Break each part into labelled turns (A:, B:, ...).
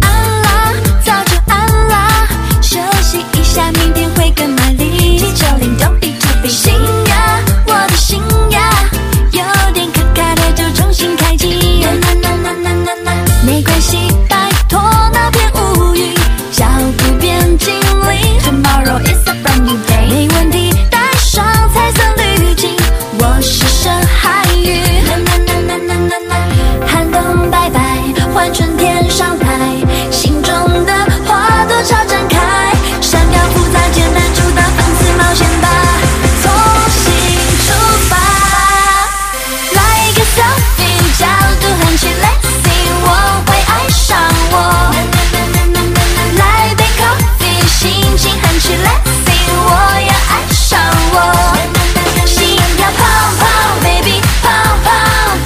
A: 安啦，早就安啦，休息一下，明天会更美丽。七九零 Don't be too busy。心呀，我的心呀，有点卡卡的就重新开机。呐呐呐呐呐呐呐，没关系，拜托那片乌云，脚步变精灵。Tomorrow is a brand new day，没问题，带上彩色滤镜，我是深海鱼。呐呐呐呐呐呐呐，寒冬拜拜，换春天上来，心中的花朵朝展开，闪耀复杂艰难，就当放肆冒险吧，从心出发。来一个 selfie，角度很奇 lazy，我会爱上我。来杯 coffee，心情很奇 lazy，我要爱上我。心跳砰砰，baby 砰砰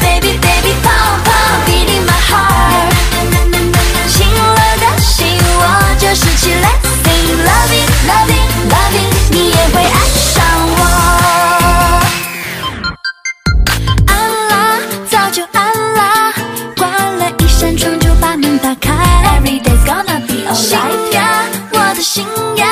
A: ，baby baby 砰砰，beating my heart。晴了的心，我就是奇 lazy，love it love it love it，你也会爱上我。安啦，早就安啦，关了一扇窗就把门打开。Every day's gonna be alright。心呀，我的心呀，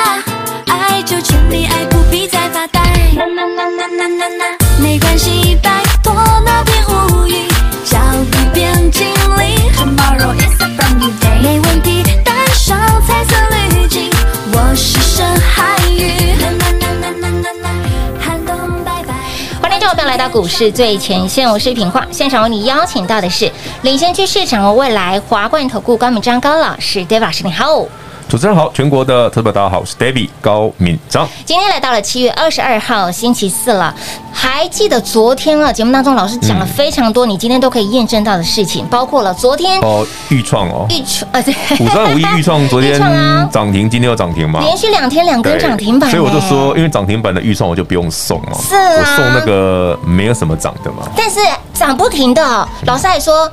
A: 爱就全力爱，不必再发呆。啦啦啦啦啦啦啦，没关系，拜托那片乌云，脚步变精灵。Tomorrow is a brand new day。没问题，带上彩色滤镜，我是深海鱼。啦啦啦啦啦啦，寒冬拜拜。
B: 欢迎各位朋友来到股市最前线，我是品化。现场为你邀请到的是领先趋势、掌握未来华冠投顾高敏章高老师，David 老师，你好。
C: 主持人好，全国的特别大家好，我是 David 高敏章。
B: 今天来到了七月二十二号星期四了，还记得昨天啊，节目当中老师讲了非常多，你今天都可以验证到的事情，包括了昨天
C: 哦，预创 哦，
B: 预出呃对，
C: 五三五一预创昨
B: 预
C: 天
B: 创啊
C: 涨停，今天又涨停嘛，
B: 连续两天两根
C: 对
B: 涨停板，啊
C: 所以我就说，。因为涨停板的预创我就不用送哦，
B: 是啊
C: 我送那个没有什么涨的嘛。
B: 但是涨不停的哦、老师还说，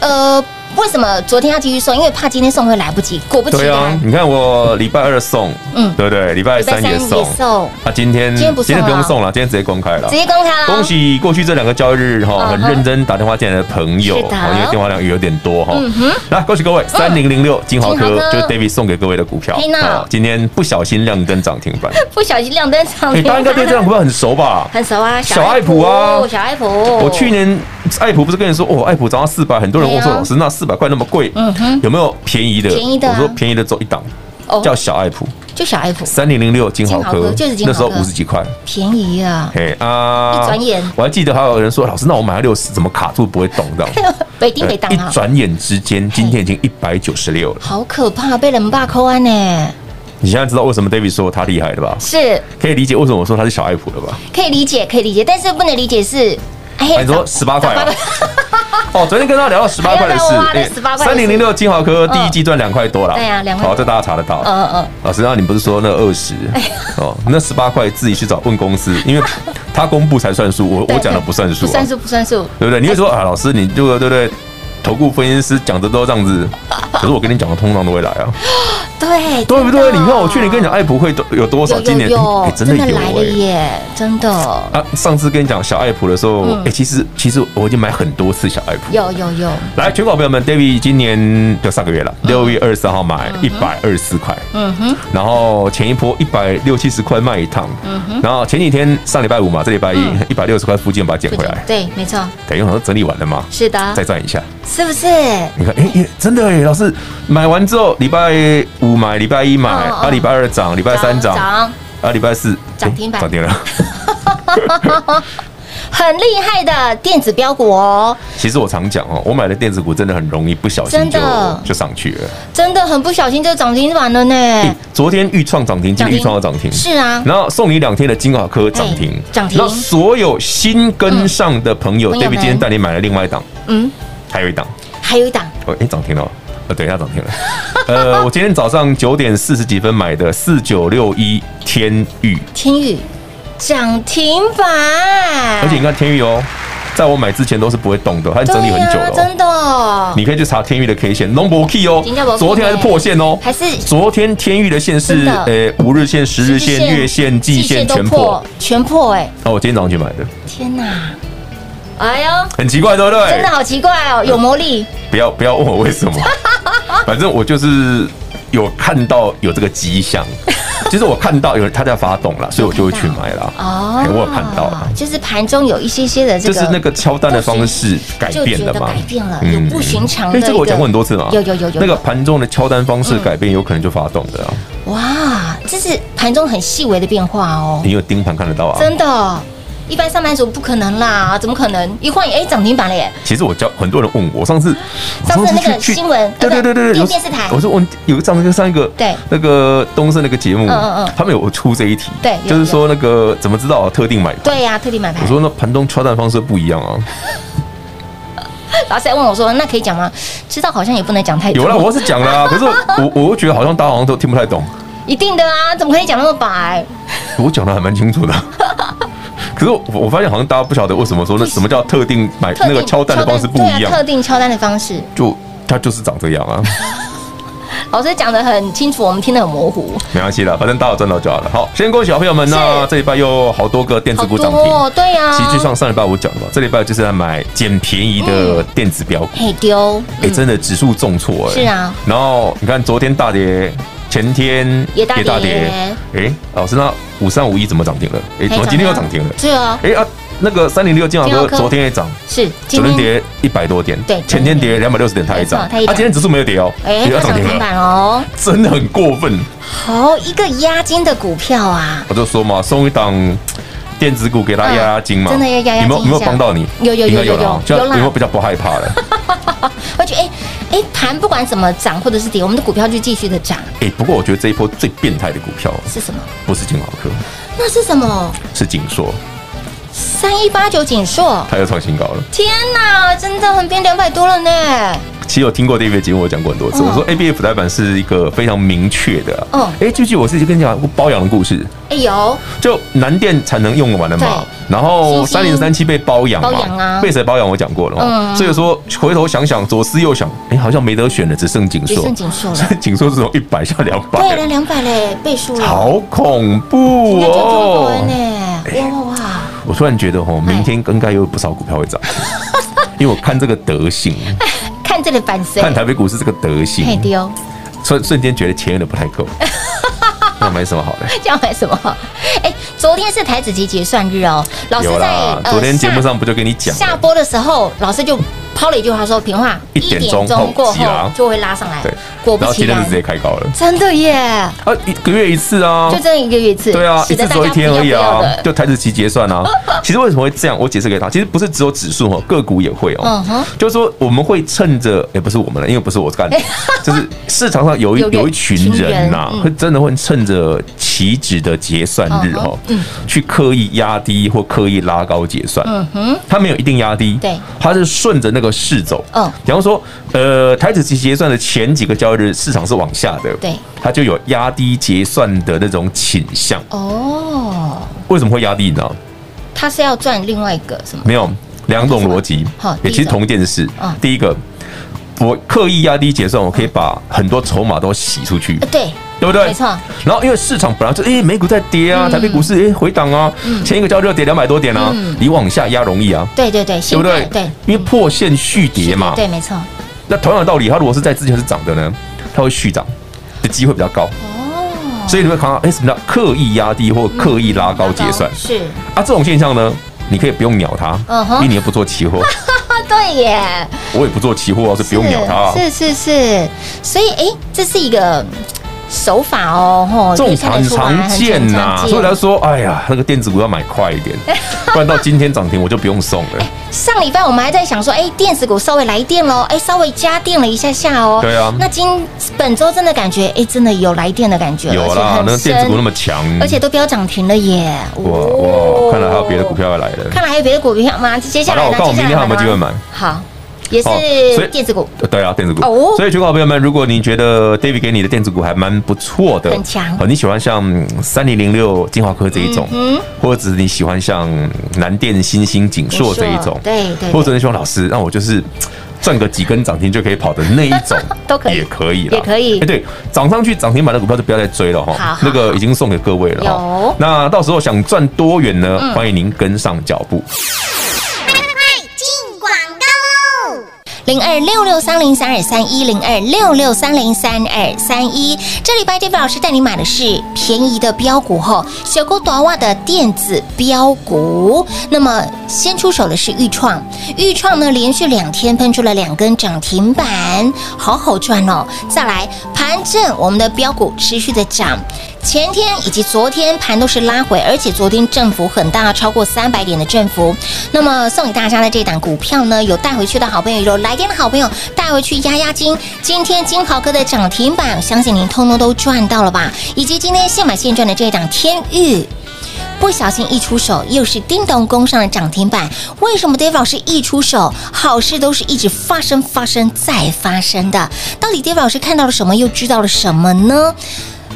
B: 呃，为什么昨天要继续送？因为怕今天送会来不及。果不其
C: 对啊
B: 然，，
C: 你看我礼拜二送，
B: 嗯
C: 嗯，对不对？礼拜三
B: 礼拜
C: 也
B: 三
C: 送
B: 也送，
C: 啊，今天
B: 今天不送了
C: 不用送了，今天直接公开了
B: 直。接公开了。
C: 啊恭！喜过去这两个交易日哈，
B: 嗯
C: 很
B: 哼
C: 认真打电话进来的朋友，
B: 是的
C: 哦因为电话量有点多哈
B: 嗯哼。
C: 来，恭喜各位，三零零六金豪
B: 金豪
C: 科
B: 科
C: 就是 David 送给各位的股票
B: 嘿呐
C: 哦今天不小心亮灯涨停板，
B: 不小心亮灯涨
C: 哎，
B: 停
C: 大家
B: 板
C: 应该对这张股票很熟吧？
B: 很熟啊，
C: 小爱普啊
B: 小爱普。
C: 我去年爱普不是跟你说，哦，爱普涨到四百，很多人问我说，
B: 对啊
C: 老师那四百块那么贵
B: 嗯哼，
C: 有没有便宜的？
B: 便宜的啊
C: 我说便宜的走一档
B: 哦，
C: 叫小爱普，
B: 就小爱普
C: 三零零六金豪
B: 金豪
C: 科
B: 科就是，金豪
C: 那
B: 科
C: 时候五十几块，
B: 便宜 啊，
C: 嘿啊，
B: 一转眼
C: 我还记得还有人说，老师，那我买了六十怎么卡住不会动这样？
B: 北丁北当啊
C: 哎
B: 哎
C: 一，转眼之间，今天已经一百九十六了。
B: 好可怕，被人霸扣安呢，
C: 你现在知道为什么 David 说他厉害了吧？
B: 是
C: 可以理解为什么我说他是小爱普了吧？
B: 可以理解，可以理解，但是不能理解是，哎
C: 啊你说十八块啊？ 哦，昨天跟他聊到十八块的
B: 还要聊啊
C: 事，哎
B: 18块
C: 三零零六金豪科第一季赚两块多啦。哦
B: 对啊两块多
C: 好，这大家查得到。
B: 嗯哎嗯嗯，
C: 老师，那你不是说那二十哦，那十八块自己去找问公司，因为他公布才算数，我
B: 对
C: 我讲的不算数
B: 不
C: 啊，
B: 算数，不算数，
C: 对不对？你会说啊，老师，你这个对不对？投顾分析师讲的都这 样子，可是我跟你讲的通常都会来啊。
B: 对
C: 对不
B: 真的
C: 对？你看我去年跟你讲爱普会多有多少，
B: 有
C: 今年
B: 有有
C: 哎真的有
B: 来了
C: 哎。
B: 耶，真的
C: 啊，上次跟你讲小爱普的时候，
B: 嗯
C: 哎，其实其实我已经买很多次小爱普。
B: 有有有，
C: 来，全国朋友们，David 今年就上个月了，六月二十三号买一百二十四块，
B: 嗯哼，
C: 然后前一波一百六七十块卖一趟，
B: 嗯
C: 然后前几天上礼拜五嘛，这礼拜一一百六十块附近把它捡回来，
B: 对，没错，
C: 等于好像整理完了嘛，
B: 是的
C: 再，赚一下。
B: 是不是？
C: 你看，哎、也真的哎、老师买完之后，礼拜五买，礼拜一买，
B: 哦哦
C: 啊，礼拜二涨，礼拜三涨，
B: 涨
C: 啊，礼拜四
B: 涨停板
C: 哎涨停了。
B: 很厉害的电子标股哦，
C: 其实我常讲哦，我买的电子股真的很容易不小心
B: 真
C: 就
B: 的
C: 就上去了。
B: 真的很不小心就涨停板了
C: 哎
B: 呢。
C: 昨天豫创涨停，今
B: 涨
C: 天
B: 停
C: 豫创要涨停，
B: 是啊，
C: 然后送你两天的金华科涨停
B: 哎，涨停
C: 然后所有新跟上的朋友
B: 嗯朋友
C: ，David
B: 们
C: 今天带你买了另外一档，
B: 嗯，
C: 还有一档，
B: 还有一档
C: 哦，哎，涨停了哦。呃，对，它涨停了。 呃，我今天早上九点四十几分买的四九六一天域，
B: 天宇涨停板，
C: 而且你看天域哦，在我买之前都是不会动的，它已经整理很
B: 对
C: 久了、
B: 啊
C: 哦。
B: 真的，
C: 你可以去查天域的 K 线 n o m b key 哦
B: 真的没 key 呢，
C: 昨天还是破线哦，
B: 还是
C: 昨天天域的线
B: 真
C: 是
B: 的
C: 呃五日线、十日线、月线、季线
B: 都
C: 全破。，
B: 全破哎、
C: 哦，我今天早上去买的，
B: 天哪！哎呦，
C: 很奇怪，对不对？
B: 真的好奇怪
C: 嗯
B: 哦，有魔力，
C: 不要不要问我 为什么，反正我就是有看到有这个迹象。其实我看到有他在发动了，所以我就会去买了。
B: 哦
C: 哎，我有看到了，
B: 就是盘中有一些些的这
C: 就
B: 个，
C: 是那个敲蛋的方式改
B: 就
C: 变
B: 觉
C: 了
B: 得
C: 嘛。
B: 改变了，
C: 嗯
B: 有不寻常的
C: 因为
B: 一个。
C: 这个我讲过很多次嘛，
B: 有有有嗯有
C: 那个盘中的敲单方式改变，有可能就发动的啊。
B: 哇，这是盘中很细微的变化哦，
C: 你有盯盘看得到啊？
B: 真的。一般上班族不可能啦，怎么可能？一换眼哎涨停板了耶！
C: 其实我教很多人问我，上次
B: 上次
C: 我
B: 那个
C: 去去
B: 新闻呃
C: 对对
B: 不
C: 对对对，
B: 电
C: 有
B: 电视台
C: 我说我哦有个上次上一个
B: 对
C: 那个东森那个节目，
B: 嗯嗯嗯
C: 他们有出这一题，
B: 对有
C: 就是说那个怎么知道特定买盘？
B: 对呀、特地买盘
C: 我。说那盘中敲蛋方式不一样啊，
B: 老师还问我说：“那可以讲吗？”知道好像也不能讲太多。
C: 有啦，我是讲啦，可是我我我又觉得好像大家好像都听不太懂，
B: 一定的啊，怎么可以讲那么白？
C: 我讲的还蛮清楚的。 可是我我发现好像大家不晓得为什么说那什么叫特定买
B: 特
C: 那
B: 定
C: 个敲蛋的方式不一
B: 对啊
C: 样，
B: 特定敲单的方式，
C: 就它就是长这样 啊，
B: 老师讲的很清楚，我们听得很模糊。
C: 没关系啦，反正大家有赚到就好了。好，先恭喜好朋友们，那
B: 是
C: 这礼拜又好多个电子
B: 好
C: 股
B: 多
C: 涨停，
B: 哦，对呀、
C: 其实就像上礼拜我讲的嘛，这礼拜就是在买捡便宜
B: 嗯
C: 的电子标股，
B: 嘿丢，
C: 哎、真的指数重挫哎、
B: 嗯是啊。
C: 然后你看昨天大跌，前天
B: 也大跌
C: 哎、老师那五三五一怎么涨停了？哎、
B: 嗯嘿
C: 怎么今天又涨停了？
B: 是啊，
C: 哎、啊，那个三零六金豪
B: 金豪
C: 哥
B: 科
C: 昨天也涨。
B: 是
C: 昨天跌一百多点，
B: 对
C: 前天跌两百六十点，它也
B: 没
C: 涨，
B: 错它也
C: 啊，
B: 涨
C: 今天指数没有跌哦，
B: 哎，
C: 又
B: 它涨停板哦，
C: 真的很过分。
B: 好一个押金的股票啊，
C: 我就说嘛，送一档电子股给他压压惊嘛，
B: 嗯真的要压压惊
C: 有没有有没有
B: 一下
C: 帮到你？
B: 有有有
C: 应该有
B: 有有
C: 啦，这样
B: 有啦
C: 有没有比较不害怕了？
B: 我觉得哎哎盘不管怎么涨或者是跌，我们的股票就继续的涨，
C: 哎、不过我觉得这一波最变态的股票
B: 是什么？
C: 不是金豪科，
B: 那是什么？
C: 是锦硕，
B: 三一八九锦硕，
C: 它又创新高了。
B: 天哪，真的很变两百多了呢。
C: 其实有听过 David 的节目，我讲过很多次，
B: 嗯
C: 我说 A B F 代板是一个非常明确的、啊。
B: 嗯
C: 哎、记不记得我自己跟你讲过包养的故事？
B: 哎有
C: 就南电产能用完了嘛，然后三零
B: 星
C: 三七被包养
B: 包养
C: 嘛
B: 啊，
C: 被谁包养我讲过了嘛，
B: 嗯
C: 所以说回头想想，左思右想，哎，好像没得选了，只剩锦
B: 只
C: 硕
B: 剩，锦硕了
C: 所。以 锦硕是从一百下两
B: 对了，
C: 百，
B: 两百嘞，倍数了。
C: 好恐
B: 人
C: 怖
B: 家赚中国人
C: 哦！
B: 呢，哇哇哇！
C: 我突然觉得哦，明天应该有不少股票 会涨，因为我看这个德性，
B: 看这里反谁？
C: 看台北股市这个德
B: 嘿
C: 性，
B: 丢，
C: 瞬瞬间觉得钱有点不太 够，那买什么好嘞？
B: 这样买什么？哎，昨天是台子期结算日哦，老师
C: 有
B: 在
C: 啦，
B: 呃
C: 昨天节目上不就跟你讲
B: 下下
C: 了，
B: 播的时候，老师就抛了一句话说：“平话
C: 一点钟后
B: 过
C: 急拉
B: 后就会拉上来
C: 对。”
B: 果
C: 然
B: 不
C: 后
B: 其
C: 今天就
B: 然
C: 直，接开高了。
B: 真的耶，
C: 啊，一个月一次啊，
B: 就这一个月一次，
C: 对啊，一
B: 使
C: 次
B: 得
C: 只
B: 大
C: 有一
B: 家不
C: 天
B: 要
C: 而
B: 不
C: 已
B: 要
C: 啊，
B: 的。
C: 就台子期结算 啊。其实为什么会这样？我解释给他，其实不是只有指数哦，个股也会哦
B: 嗯。哼哎
C: 就是说我们会趁着，也不是我们了，因为不是我干的， 就是市场上有一
B: 有人
C: 有一群人呐
B: 群人嗯，
C: 会真的会趁着期指的结算日哦，去刻意压低或刻意拉高结算。
B: 嗯哼，
C: 它没有一定压低，
B: 对
C: 它是顺着那个市走。
B: 嗯
C: 比方说，呃，台子期结算的前几个交易日，市场是往下的，
B: 对，
C: 它就有压低结算的那种倾向。
B: 哦，
C: 为什么会压低呢？
B: 他是要赚另外一个什么？
C: 没有两种逻辑
B: 好，第
C: 也
B: 一
C: 其实
B: 种
C: 同一件事
B: 嗯。
C: 第一个，我刻意压低结算，我可以把很多筹码都洗出去
B: 呃，，对，
C: 对不对？
B: 没错。嗯
C: 然后因为市场本来就诶美股在跌啊，台北股市诶回档啊，前一个交易日跌两百多点啊，你往下压容易啊。
B: 对对对，
C: 对
B: 嗯现
C: 不
B: 在
C: 对？
B: 对
C: 因为破线续跌嘛。
B: 对，没错。
C: 那同样的道理，它如果是在之前是涨的呢，它会续涨的机会比较高。
B: 哦
C: 所以你会看到，哎，什么叫刻意压低或刻意拉高结算？
B: 是
C: 啊，这种现象呢，你可以不用鸟它，
B: 嗯哼
C: 因为你又不做 期货，
B: 啊，对耶，
C: 我也不做期货啊，是不用鸟它啊。
B: 是是是是，所以哎、诶这是一个嗯手法哦，吼，
C: 这种
B: 也看
C: 很
B: 得出来
C: 常见
B: 很常
C: 呐、
B: 见
C: 所以他说，哎呀，那个电子股要买 快一点，不然到今天涨停我就不用送了。
B: 哎上礼拜我们还在想说，哎、电子股稍微来电喽，哎、稍微加电了一下下哦。
C: 对啊
B: 那今本周真的感觉，哎、真的有来电的感觉了，
C: 有
B: 啊而且
C: 啦，
B: 很
C: 那个电子股那
B: 深
C: 么强，
B: 而且都飙涨停了耶。
C: 哇
B: 哦
C: 哇，看来还有别的股，票要来了。
B: 看来还有别的股票吗？接下
C: 好
B: 来
C: 了，我
B: 呢？
C: 看我
B: 接
C: 明
B: 下
C: 天还
B: 来
C: 有没有机会
B: 吗
C: 买。
B: 好，也
C: 好哦所
B: 是
C: 以
B: 电子股，
C: 对啊，电子股。
B: 哦
C: 所以，全国好朋友们，如果你觉得 David 给你的电子股还蛮不错的，哦
B: 很强
C: 好，你喜欢像三零零六金华科这一种，
B: 嗯哼
C: 或者你喜欢像南电、新兴、景硕这一种，
B: 对对
C: 或
B: 对，
C: 者你喜欢老师，让我就是赚个几根涨停就可以跑的那一种
B: 都可以
C: 也可以啦，
B: 也可以
C: 哎，对，涨上去涨停板的股票就不要再追了
B: 好
C: 哈
B: 好，
C: 那个已经送给各位了
B: 有嗯
C: 哈。那到时候想赚多远呢？欢迎您跟上脚步。
B: 零二六六三零三二三一零二六六三零三二三一。这礼拜 David 老师带你买的是便宜的标股后，小狗短袜的电子标股。那么先出手的是豫创，豫创呢连续两天喷出了两根涨停板，好好赚哦。再来盘正，我们的标股持续的涨。前天以及昨天盘都是拉回，而且昨天振幅很大，超过三百点的振幅。那么送给大家的这档股票呢，有带回去的好朋友，有来电的好朋友带回去压压惊。今天金豪哥的涨停板，相信您通通都赚到了吧？以及今天现买现赚的这档天域。不小心一出手，又是叮咚攻上了涨停板。为什么 Dave 老师一出手，好事都是一直发生、发生再发生的？到底 Dave 老师看到了什么，又知道了什么呢？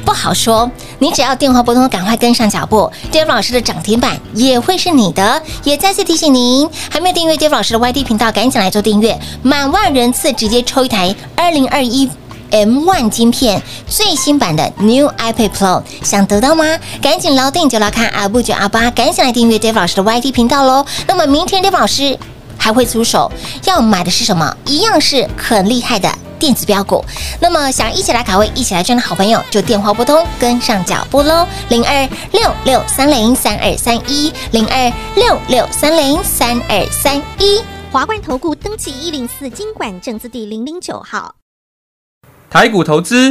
B: 不好说，你只要电话拨通，赶快跟上脚步。Dave 老师的涨停板也会是你的。也再次提醒您，还没有订阅 Dave 老师的 YT 频道，赶紧来做订阅，满万人次直接抽一台二零二一。M1 晶片最新版的 New iPad Pro，想得到吗？赶紧捞定就来看啊阿布九阿八，赶紧来订阅 Dave 老师的 YT 频道喽。那么明天 Dave 老师还会出手，要买的是什么？一样是很厉害的电子标股。那么想一起来卡位、一起来赚的好朋友，就电话拨通，跟上脚步喽，零二六六三零三二三一，零二六六三零三二三一。
D: 华冠投顾登记一零四经管证字第零零九号。
E: 台股投资，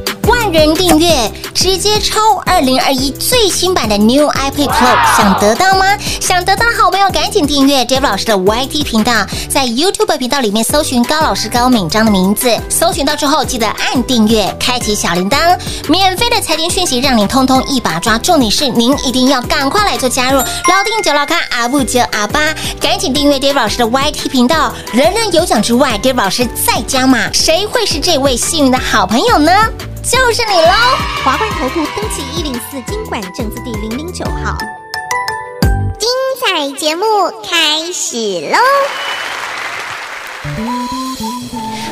B: 万人订阅，直接抽二零二一最新版的 New iPad Pro，想得到吗？想得到的好朋友赶紧订阅 Dave 老师的 YT 频道，在 YouTube 频道里面搜寻高老师高敏章的名字，搜寻到之后记得按订阅，开启小铃铛，免费的财经讯息让你通通一把抓。重点是您一定要赶快来做加入，老定九老咖阿布九阿巴，赶紧订阅 Dave 老师的 YT 频道，人人有奖之外，Dave 老师再加码，谁会是这位幸运的好朋友呢？就是你喽！
D: 华冠投顾登记一零四经管证字第零零九号。精彩节目开始喽！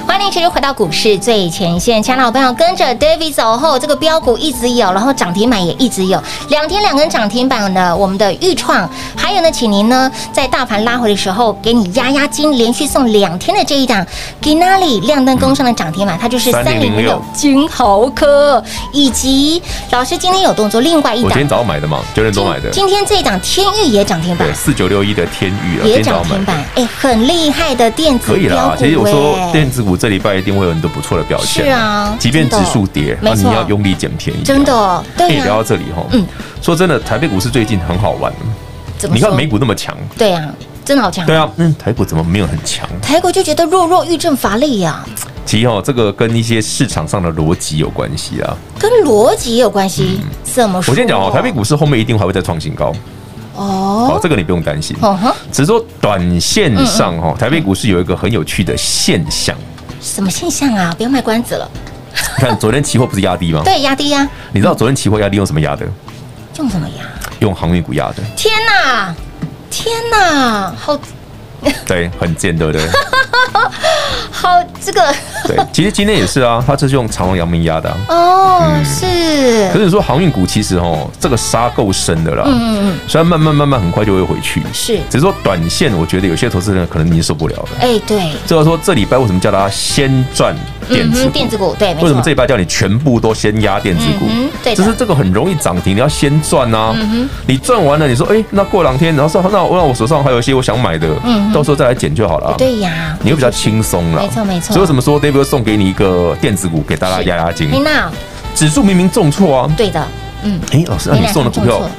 B: 欢迎持续回到股市最前线，亲爱的好朋友，跟着 David 走后，这个标股一直有，然后涨停板也一直有，两天两根涨停板的我们的豫创，还有呢，请您呢在大盘拉回的时候，给你压压惊，连续送两天的这一档 g i n a l i 亮灯攻上的涨停板，它就是三零零六
C: 3006
B: 金豪科，以及老师今天有动作，另外一
C: 我今
B: 档
C: 天早上买的嘛，九点钟买的，
B: 今天这一档天域也涨停板
C: 对，，四九六一的天域啊，今
B: 也
C: 天早
B: 涨
C: 上
B: 停
C: 买的
B: 板。，哎，很厉害的电子
C: 可以
B: 标
C: 啦
B: 股，
C: 其实我说
B: 哎
C: 电子股这礼拜一定会有很多不错的表现。
B: 是啊
C: 即便指数
B: 真
C: 跌，
B: 的
C: 那你
B: 没错
C: 要用力捡便宜啊。
B: 真的哦，对
C: 哎
B: 呀、
C: 聊到这里哈
B: 嗯，
C: 说真的，台北股市最近很好玩。
B: 怎么
C: 你
B: 说？
C: 看美股那么强，
B: 对呀、真的好强。
C: 对啊，嗯，台股怎么没有很强？
B: 台股就觉得弱弱欲症乏力呀、
C: 其实哦，这个跟一些市场上的逻辑有关系啊。
B: 跟逻辑也有关系。怎么说？
C: 嗯我先讲哦，台北股市后面一定还会再创新高，好，
B: 哦，
C: 这个你不用担心。
B: 哦嗯哼，
C: 只是说短线上哦，台北股市有一个很有趣的现象。
B: 什么现象啊？不要卖关子了。
C: 你看昨天期货不是压低吗？
B: 对，压低呀、
C: 你知道昨天期货压力用什么压的？
B: 用什么压？
C: 用航运股压的，
B: 天哪，天哪，好
C: 对，很贱，对不对？
B: 好这个
C: 对，其实今天也是啊，它就是用长隆、阳明压的啊、
B: 哦，
C: 嗯
B: 是
C: 可，是你说航运股其实哦，这个杀够深的啦，
B: 嗯嗯嗯，
C: 虽然慢慢慢慢很快就会回去，
B: 是，
C: 只是说短线我觉得有些投资人可能已经受不了了。
B: 哎，对，
C: 这个说这礼拜为什么叫大家先赚电
B: 嗯
C: 子
B: 哼，
C: 股？
B: 电子股，对，没
C: 为什么
B: 错
C: 这，礼拜叫你全部都先压电子股
B: 嗯哼？对的嗯
C: 就是这个很容易涨停，你要先赚啊。你赚完了，你说哎，那过两天，然后说那我那我手上还有一些我想买的
B: 嗯哼，
C: 到时候再来减就好了啊。
B: 对呀，
C: 你会比较轻松啦。
B: 没错没错
C: 所以为什么说 David 会送给你一个电子股给大家压压惊
B: 哎？那
C: 指数明明重挫啊，
B: 对的，嗯，
C: 哎，老师，那
B: 没
C: 你
B: 两
C: 送的
B: 个
C: 股
B: 重
C: 票
B: 错，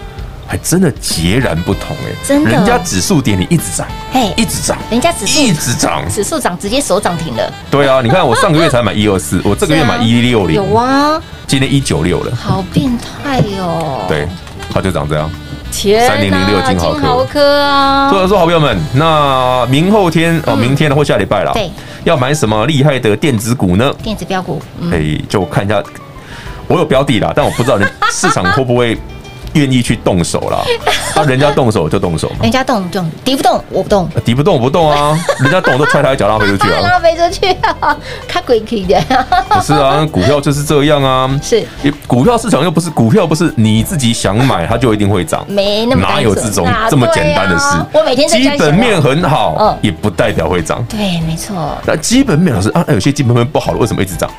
C: 还真的截然不同哎，
B: 真的
C: 人家指数点你一直涨，
B: 哎
C: 一，直涨，
B: 人家指数
C: 一直涨，
B: 指数涨直接手涨停了，
C: 对啊，你看我上个月才买一二四，我这个月买一六零，
B: 有啊，
C: 今天一九六了，
B: 好变态哦哟，
C: 对，它就长这样。
B: 天哪，
C: 3006金豪科
B: 科啊，
C: 所以说，好朋友们，那明后天哦，
B: 嗯
C: 明天呢或下礼拜啦，
B: 对，
C: 要买什么厉害的电子股呢？
B: 电子标股，嗯，
C: 哎，就看一下，我有标的啦，但我不知道 人市场会不会愿意去动手啦。那人家动手就动手嘛，
B: 人家动不动敌不动我不动，
C: 敌不动我不 动啊，人家动我都踹他一脚，让他飞出去
B: 当
C: 啊。
B: 然飞出去 啊，看鬼可以的，
C: 可是啊，股票就是这样啊，
B: 是
C: 股票市场又不是股票，不是你自己想买它就一定会涨，
B: 没那么单
C: 哪
B: 纯
C: 有这种
B: 啊
C: 这么简单的事
B: 对啊？我每天在
C: 基
B: 家里
C: 本面很好
B: 嗯，
C: 也不代表会涨。
B: 对，没错，
C: 那基本面老师啊，有些基本面不好了，为什么一直涨？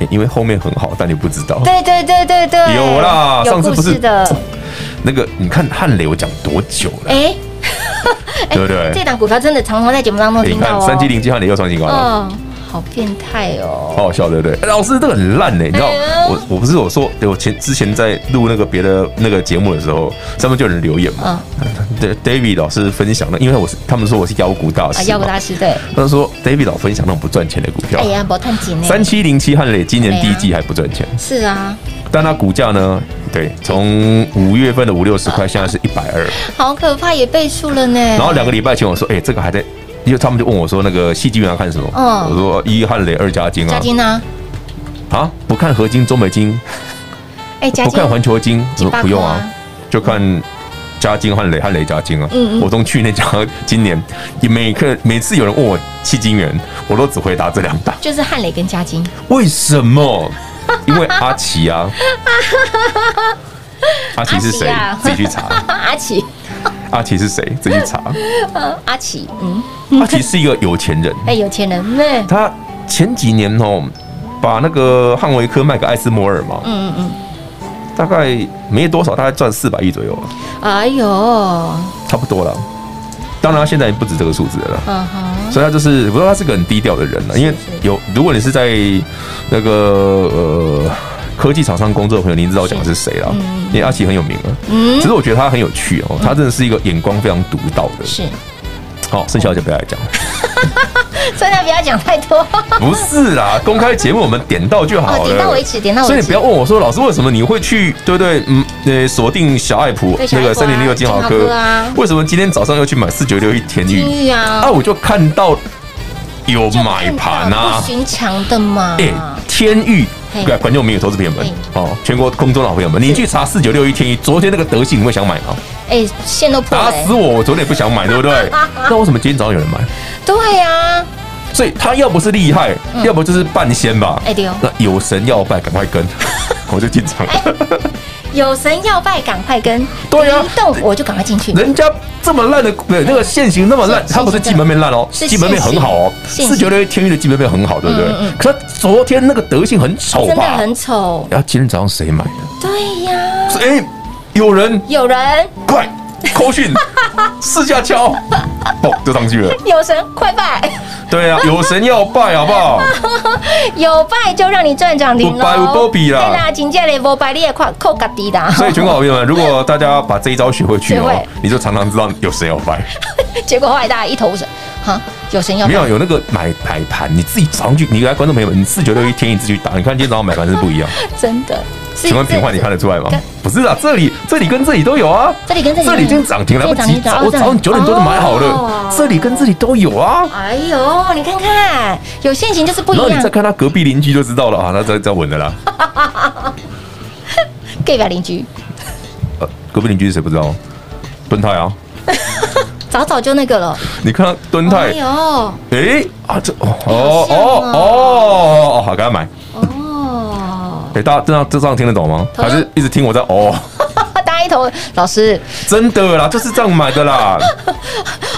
C: 诶因为后面很好，但你不知道。
B: 对对对对对，
C: 有啦
B: 有
C: 上次
B: 故
C: 不是
B: 事的，
C: 那个你看汉雷我讲多久了，
B: 哎，
C: 对不
B: 这
C: 对？
B: 档股票真的常常在节目当中
C: 哎你
B: 听到
C: 看
B: 哦，
C: 三七零七汉雷又创新高了，
B: 嗯，好变态哦，
C: 好好笑，对不对？诶老师这个很烂呢，你知道
B: 哎呀
C: 我我不是我说，我前之前在录那个别的那个节目的时候，上面就有人留言嘛，呃
B: 嗯，
C: 对 David 老师分享的，因为我是他们说我是妖股大师
B: 啊，
C: 嘛，
B: 妖股大师对，
C: 他们说 David 老分享那种不赚钱的股票
B: 哎，呀，哎不探紧呢，
C: 三七零七汉磊今年第一季还不赚钱，
B: 是啊，
C: 但它股价呢，对，从五月份的五六十块，现在
B: 哎
C: 是一百二，
B: 好可怕，也倍数了呢，
C: 然后两个礼拜前我说，哎，这个还在。因为他们就问我说：“那个戏剧要看什么？”
B: 嗯
C: 我说：“一汉磊，二加金
B: 嘉
C: 啊，
B: 金呢？
C: 啊，不看合金、中美金，
B: 哎，嘉
C: 不
B: 金
C: 看，环球金，我
B: 金
C: 说
B: 八
C: 不用
B: 块
C: 啊
B: 啊，
C: 就看加金汉磊，汉磊加金啊。
B: 嗯嗯
C: 我从去年讲到今年，也每个每次有人问我七金元，我都只回答这两 档。
B: 就是汉磊跟嘉金，
C: 为什么？因为阿奇啊，阿奇是谁
B: 阿奇啊？
C: 自己去查。
B: 啊阿奇，
C: 阿奇是谁？自己去查。
B: 啊阿奇，嗯，
C: 阿奇是一个有钱人，
B: 哎，有钱人，嗯
C: 他前几年哦，把那个汉维科卖给艾斯摩尔嘛，
B: 嗯嗯，
C: 大概没多少，大概赚四百亿左右啊，
B: 哎呦，
C: 差不多了。当然，他现在不止这个数字了啦。
B: 嗯哼，
C: 所以他就是，我说他是个很低调的人啊了，因为有如果你是在那个呃科技厂商工作的朋友，你知道我讲的是谁啦，因为阿奇很有名啊。
B: 嗯
C: 其实我觉得他很有趣哦，他真的是一个眼光非常独到的。哦
B: 是，嗯
C: 好，剩下的就不要来讲，
B: 所以呢，不要讲太多，
C: 不是啦，公开节目我们点到就好
B: 哦，
C: 了，
B: 点到为。止，点到
C: 所以
B: 为
C: 你不
B: 止
C: 要。问我说，老师为什么你会去，对不对？嗯，呃，锁定小爱普
B: 对小爱
C: 那
B: 普啊
C: 个三零六金豪
B: 金豪
C: 科
B: 科啊，
C: 为什么今天早上又去买四九六一天
B: 金
C: 宇？
B: 玉啊
C: 啊，，我就看到有
B: 就
C: 买
B: 看到
C: 盘啊
B: 不。寻常的嘛。
C: 哎、天域
B: 啊嘿，
C: 对，观众朋友、投资朋友们
B: 嘿，
C: 哦，全国空中老朋友们，你去查四九六一天一，昨天那个德信，你会想买吗？
B: 哎，线都破
C: 打
B: 了。
C: 死我，我昨天也不想买，对 不对？那为什么今天早上有人买？
B: 对啊呀，
C: 所以他要不是厉害，要不就是半仙吧。
B: 嗯哎对哦哎
C: 那有神要拜，赶快 跟，我就进场了。
B: 有神要拜，赶快跟。
C: 对啊
B: 一动我就赶快进去。
C: 人家这么烂的，对那个现行那么烂，
B: 是
C: 它不是基本面烂哦，
B: 是
C: 基本面很好哦。
B: 现行
C: 四九六一天域的基本面很好，对不对
B: 嗯嗯嗯？
C: 可他昨天那个德性很丑
B: 真的
C: 吧？
B: 很丑。
C: 然后今天早上谁买的？
B: 对呀，
C: 哎，有人
B: 有人
C: 快 扣讯，四下敲，嘣就上去了。
B: 有神快拜，
C: 对啊，有神要拜，好不好？
B: 有拜就让你赚涨停
C: 有拜有保
B: 喽。
C: 庇啦
B: 对啦，请假嘞，无拜你也快扣个低的啊，
C: 所以全国好朋友们，如果大家把这一招学会去
B: 学
C: 哦
B: 会，
C: 你就常常知道有神要拜。
B: 结果后来大家一头雾水。哈，有神要
C: 没
B: 拜，
C: 有有那个买买盘，你自己早上去，你来观众朋友们，你四九六一天一自己去打，你看今天早上买盘是不一样。
B: 真的。是
C: 请问平
B: 这
C: 换你看得出来吗
B: 跟？
C: 不是啦，这里这里跟这里都有啊，
B: 这里跟这里
C: 这里已经涨停来不及，
B: 这里涨停
C: 早我
B: 哦
C: 早上九点多就买好
B: 哦
C: 了，这里跟这里都有啊。
B: 哎呦，你看看，有现行就是不一
C: 然后你
B: 样
C: 再。看他隔壁邻居就知道了啊，那这这稳的啦。
B: 隔壁邻居
C: 呃，隔壁邻居是谁不知道？蹲泰啊，
B: 早早就那个了。
C: 你看到敦泰
B: 哎，呦，
C: 哎啊，这哦
B: 好
C: 哦
B: 像
C: 哦
B: 哦
C: 哦哦，好，赶快买。
B: 哦，
C: 哎，大家这样这样听得懂吗？
B: 同
C: 还
B: 样
C: 是一直听我在哦？
B: 大家一头老师
C: 真的啦，就是这样买的啦。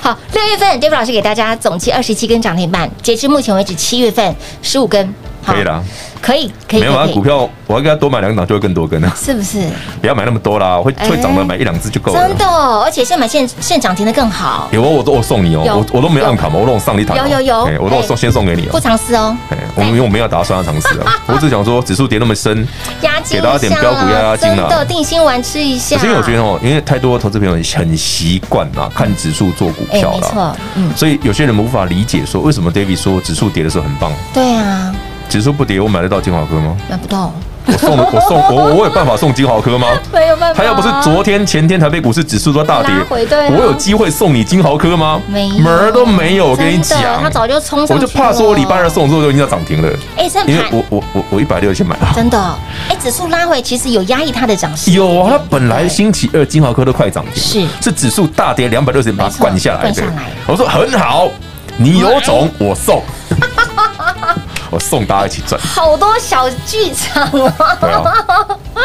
B: 好，六月份 David 老师给大家总计二十七根涨停板，截至目前为止七月份十五根，好
C: 可以，啦，
B: 可以可以
C: 没有啊
B: 可，以
C: 股票我要给他多买两档就会更多根啊，
B: 是不是？
C: 不要买那么多啦，会
B: 哎
C: 会涨的买一两只就够了
B: 真。的，哦而且现买现现涨停的更好，
C: 有啊，我都我送你哦，
B: 有
C: 我我都没有按卡嘛，我都有上你台哦，
B: 有有有
C: 哎我都
B: 哎
C: 送先送给你
B: 不
C: 哦。
B: 藏私哦，
C: 哎，我们因为我没有打算要尝 试啊，我只想说指数跌那么深，
B: 压惊
C: 给大家
B: 一
C: 点
B: 下
C: 标股压压惊
B: 真
C: 啦
B: 的啊定心丸吃一下。
C: 可是因为我觉得哦，因为太多投资朋友很习惯啊，看指数做股
B: 哎，
C: 票
B: 没
C: 啦，
B: 错，嗯，
C: 所以有些人无法理解说为什么 David 说指数跌的时候很棒，
B: 对啊，
C: 指数不跌我买得到金华科吗？
B: 买不动，
C: 我 送了我送我我有办法送金豪科吗？
B: 没有办
C: 他要不是昨天前天台北股市指数都大跌
B: 拉回对啊，
C: 我有机会送你金豪科吗？
B: 没有
C: 门儿都没有，我跟你
B: 真的
C: 讲，
B: 他早就冲上去
C: 我
B: 了
C: 就怕说我礼拜二送的时候就已经要涨停了，
B: 哎，这
C: 因为
B: 盘
C: 我我我我一百六先买了。
B: 真的，哎，指数拉回其实有压抑它的涨势，
C: 有啊，它本来星期二金豪科都快涨停
B: 是
C: 了，是指数大跌两百六十点，把它灌下来
B: 没
C: 的
B: 错灌下来。
C: 我说很好，你有种 我送，我送大家一起赚。
B: 好多小剧场哦。
C: 对啊，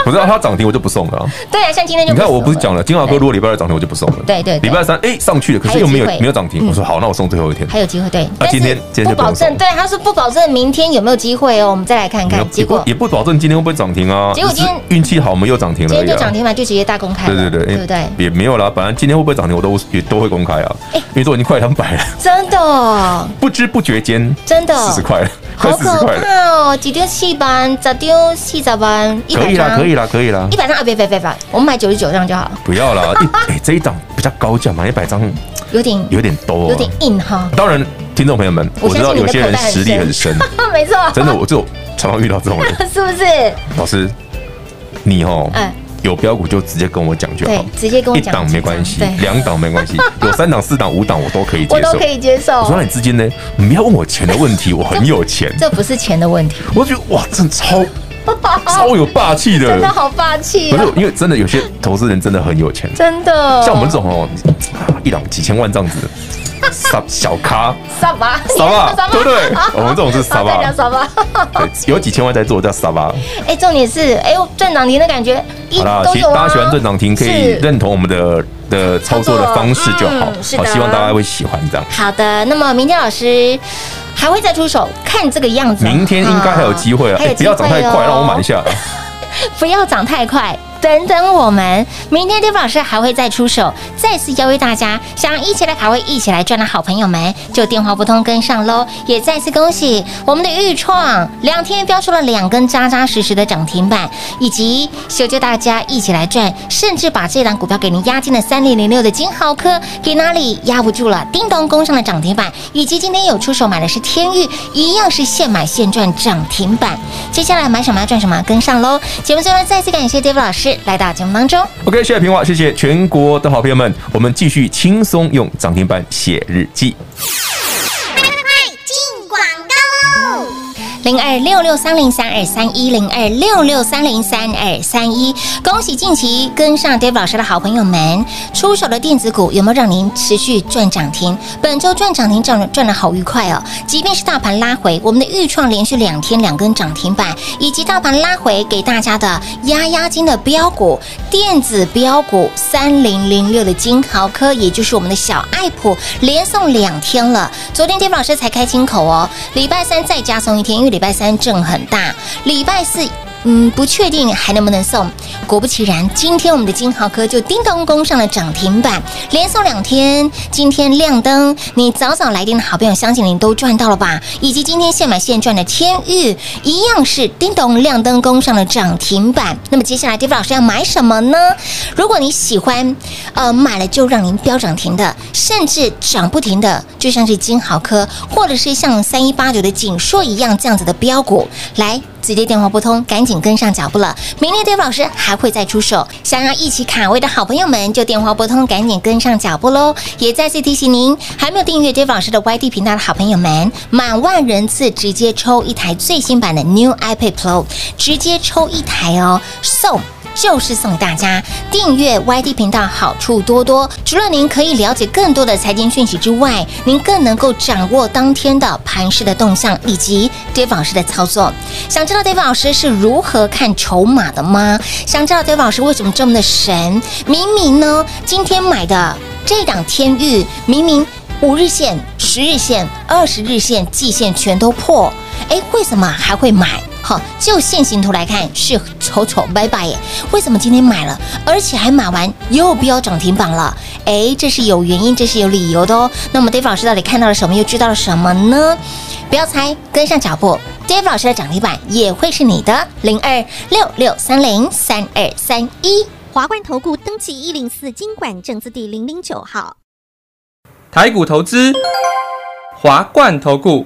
C: 我知道它涨停我就不送了啊。
B: 对啊，像今天就
C: 你看，我
B: 熟
C: 不是
B: 了
C: 讲了，金华哥如果礼拜二涨停，我就不送了。
B: 对对对
C: 礼拜三哎上去了，可
B: 还
C: 是
B: 有
C: 又没有
B: 机会
C: 没有涨停。
B: 嗯
C: 我说好，那我送最后一天。
B: 还有机会，对。但是
C: 啊今天今天就
B: 不保
C: 不用
B: 证，
C: 送
B: 对，他说不保证明天有没有机会哦，我们再来看
C: 也
B: 看。
C: 不
B: 结果
C: 也不保证今天会不会涨停啊。
B: 结果
C: 只是
B: 今天
C: 运气好，我们又涨停了。啊
B: 今天就涨。停板就直接大公开
C: 对
B: 了，
C: 对对，
B: 对
C: 哎
B: 不对？嗯哎
C: 也没有啦，本来今天会不会涨停，我都也都会公开啊，因为都已经快两百了，
B: 真的，
C: 不知不觉间
B: 真的，哦
C: 四十块了，快
B: 好
C: 四十
B: 可
C: 块了，
B: 怕哦！几丢戏班，咋丢戏咋班？一
C: 可
B: 百
C: 以啦，
B: 张，
C: 可以啦，可以啦
B: 一，百张啊！别别别别，我们买九十九张就好，
C: 不要啦， 一哎这一档比较高价嘛，一百张
B: 有点
C: 有点多
B: 有
C: 啊
B: 点。硬哈。
C: 当然，听众朋友们，
B: 我
C: 我知
B: 相
C: 道
B: 信你
C: 有
B: 的
C: 些
B: 口
C: 人
B: 袋很
C: 实力
B: 深
C: 很深，
B: 没错，
C: 真的，我就常常遇到这种人。
B: 是不是？
C: 老师，你哦，
B: 哎
C: 有标股就直接跟我讲就好
B: 对，，直接跟我
C: 一
B: 讲
C: 档
B: 几
C: 没
B: 张
C: 关系
B: 对，，
C: 两档没 关系，有三档、四档、五档我都可以接
B: 我都
C: 受
B: 可。以接
C: 我说
B: 受
C: 那。你资金呢？你要问我钱的问题，我很 有钱，
B: 这不是钱的问题，
C: 我就觉得哇，真的超超有霸气
B: 哦真的
C: 的。
B: 好霸气
C: 不是
B: 哦！，
C: 因为真的有些投资人真的很有钱，
B: 真的，
C: 像我们这种哦，一档几千万这 样子，傻小咖，
B: 沙巴，
C: 傻 吧
B: 沙，巴
C: 对不对？我们这种是傻
B: 好再聊
C: 吧，
B: 沙巴。
C: 对有几千万在做叫傻吧。
B: 哎，重点是，哎呦，赚涨停的感觉，一
C: 好啦，
B: 都
C: 其实
B: 有啊
C: 大家喜欢赚涨停，可以
B: 是
C: 认同我们的的操作的方式就好。
B: 嗯是的
C: 好，希望大家会喜欢这样。
B: 好的，那么明天老师还会再出手，看这个样子。啊
C: 明天应该还有机会啊！
B: 还有
C: 哎
B: 机
C: 不
B: 会
C: 要涨太
B: 哦
C: 快，让我买 一下。
B: 不要涨太快。等等，我们明天 d a 老师还会再出手，再次邀约大家想一起来卡位、一起来赚的好朋友们，就电话不通跟上喽。也再次恭喜我们的豫创，两天标出了两根扎扎实实的涨停板，以及修就大家一起来赚，甚至把这档股票给您压进了三零零六的金豪科，给哪里压不住了？叮咚攻上了涨停板，以及今天有出手买的是天域，一样是现买现赚涨停板。接下来买什么要赚什么，跟上喽！节目最后再次感谢 David 老师来到节目当中。
C: OK，谢谢平华，谢谢全国的好朋友们，我们继续轻松用涨停板写日记。
B: 零二六六三零三二三一零二六六三零三二三一。恭喜近期跟上 Dave 老师的好朋友们，出手的电子股有没有让您持续赚涨停？本周赚涨停赚赚的好愉快哦！即便是大盘拉回，我们的预创连续两天两根涨停板，以及大盘拉回给大家的压压惊的标股电子标股三零零六的金豪科，也就是我们的小爱普，连送两天了。昨天 Dave 老师才开金口哦，礼拜三再加送一天，因为礼拜三震很大，礼拜四。嗯，不确定还能不能送。果不其然，今天我们的金豪科就叮咚攻上了涨停板，连送两天。今天亮灯，你早早来电的好朋友，相信您都赚到了吧？以及今天现买现赚的天域，一样是叮咚亮灯攻上了涨停板。那么接下来 d a v 老师要买什么呢？如果你喜欢，呃，买了就让您飙涨停的，甚至涨不停的，就像是金豪科，或者是像三一八九的锦硕一样这样子的标股，来。直接电话拨通，赶紧跟上脚步了。明天 Dave 老师还会再出手，想要一起卡位的好朋友们就电话拨通，赶紧跟上脚步喽。也再次提醒您，还没有订阅 Dave 老师的 YT 频道的好朋友们，满万人次直接抽一台最新版的 New iPad Pro，直接抽一台哦，送。就是送大家订阅 YT 频道，好处多多。除了您可以了解更多的财经讯息之外，您更能够掌握当天的盘势的动向以及 Dave 老师的操作。想知道 Dave 老师是如何看筹码的吗？想知道 Dave 老师为什么这么的神？明明呢，今天买的这档天域，明明五日线、十日线、二十日线、季线全都破，哎，为什么还会买？好，就线形图来看是丑丑拜拜耶，为什么今天买了，而且还买完又飙涨停板了？哎，这是有原因，这是有理由的哦。那么 Dave 老师到底看到了什么，又知道了什么呢？不要猜，跟上脚步，Dave 老师的涨停板也会是你的零二六六三零三二三一。
D: 华冠投顾登记一零四经管证字第零零九号。
E: 台股投资，华冠投顾。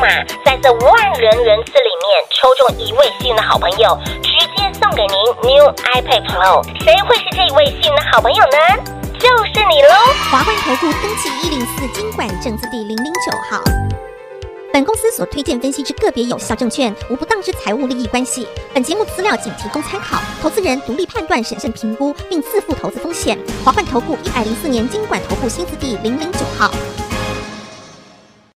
F: 码，在这万人人次里面抽中一位幸运的好朋友，直接送给您 New iPad Pro，谁会是这一位幸运的好朋友呢？就是你喽！
D: 华冠投顾登记一零四经管证字第零零九号。本公司所推荐分析之个别有效证券，无不当之财务利益关系。本节目资料仅提供参考，投资人独立判断、审慎评估，并自负投资风险。华冠投顾一百零四年经管投顾新字第零零九号。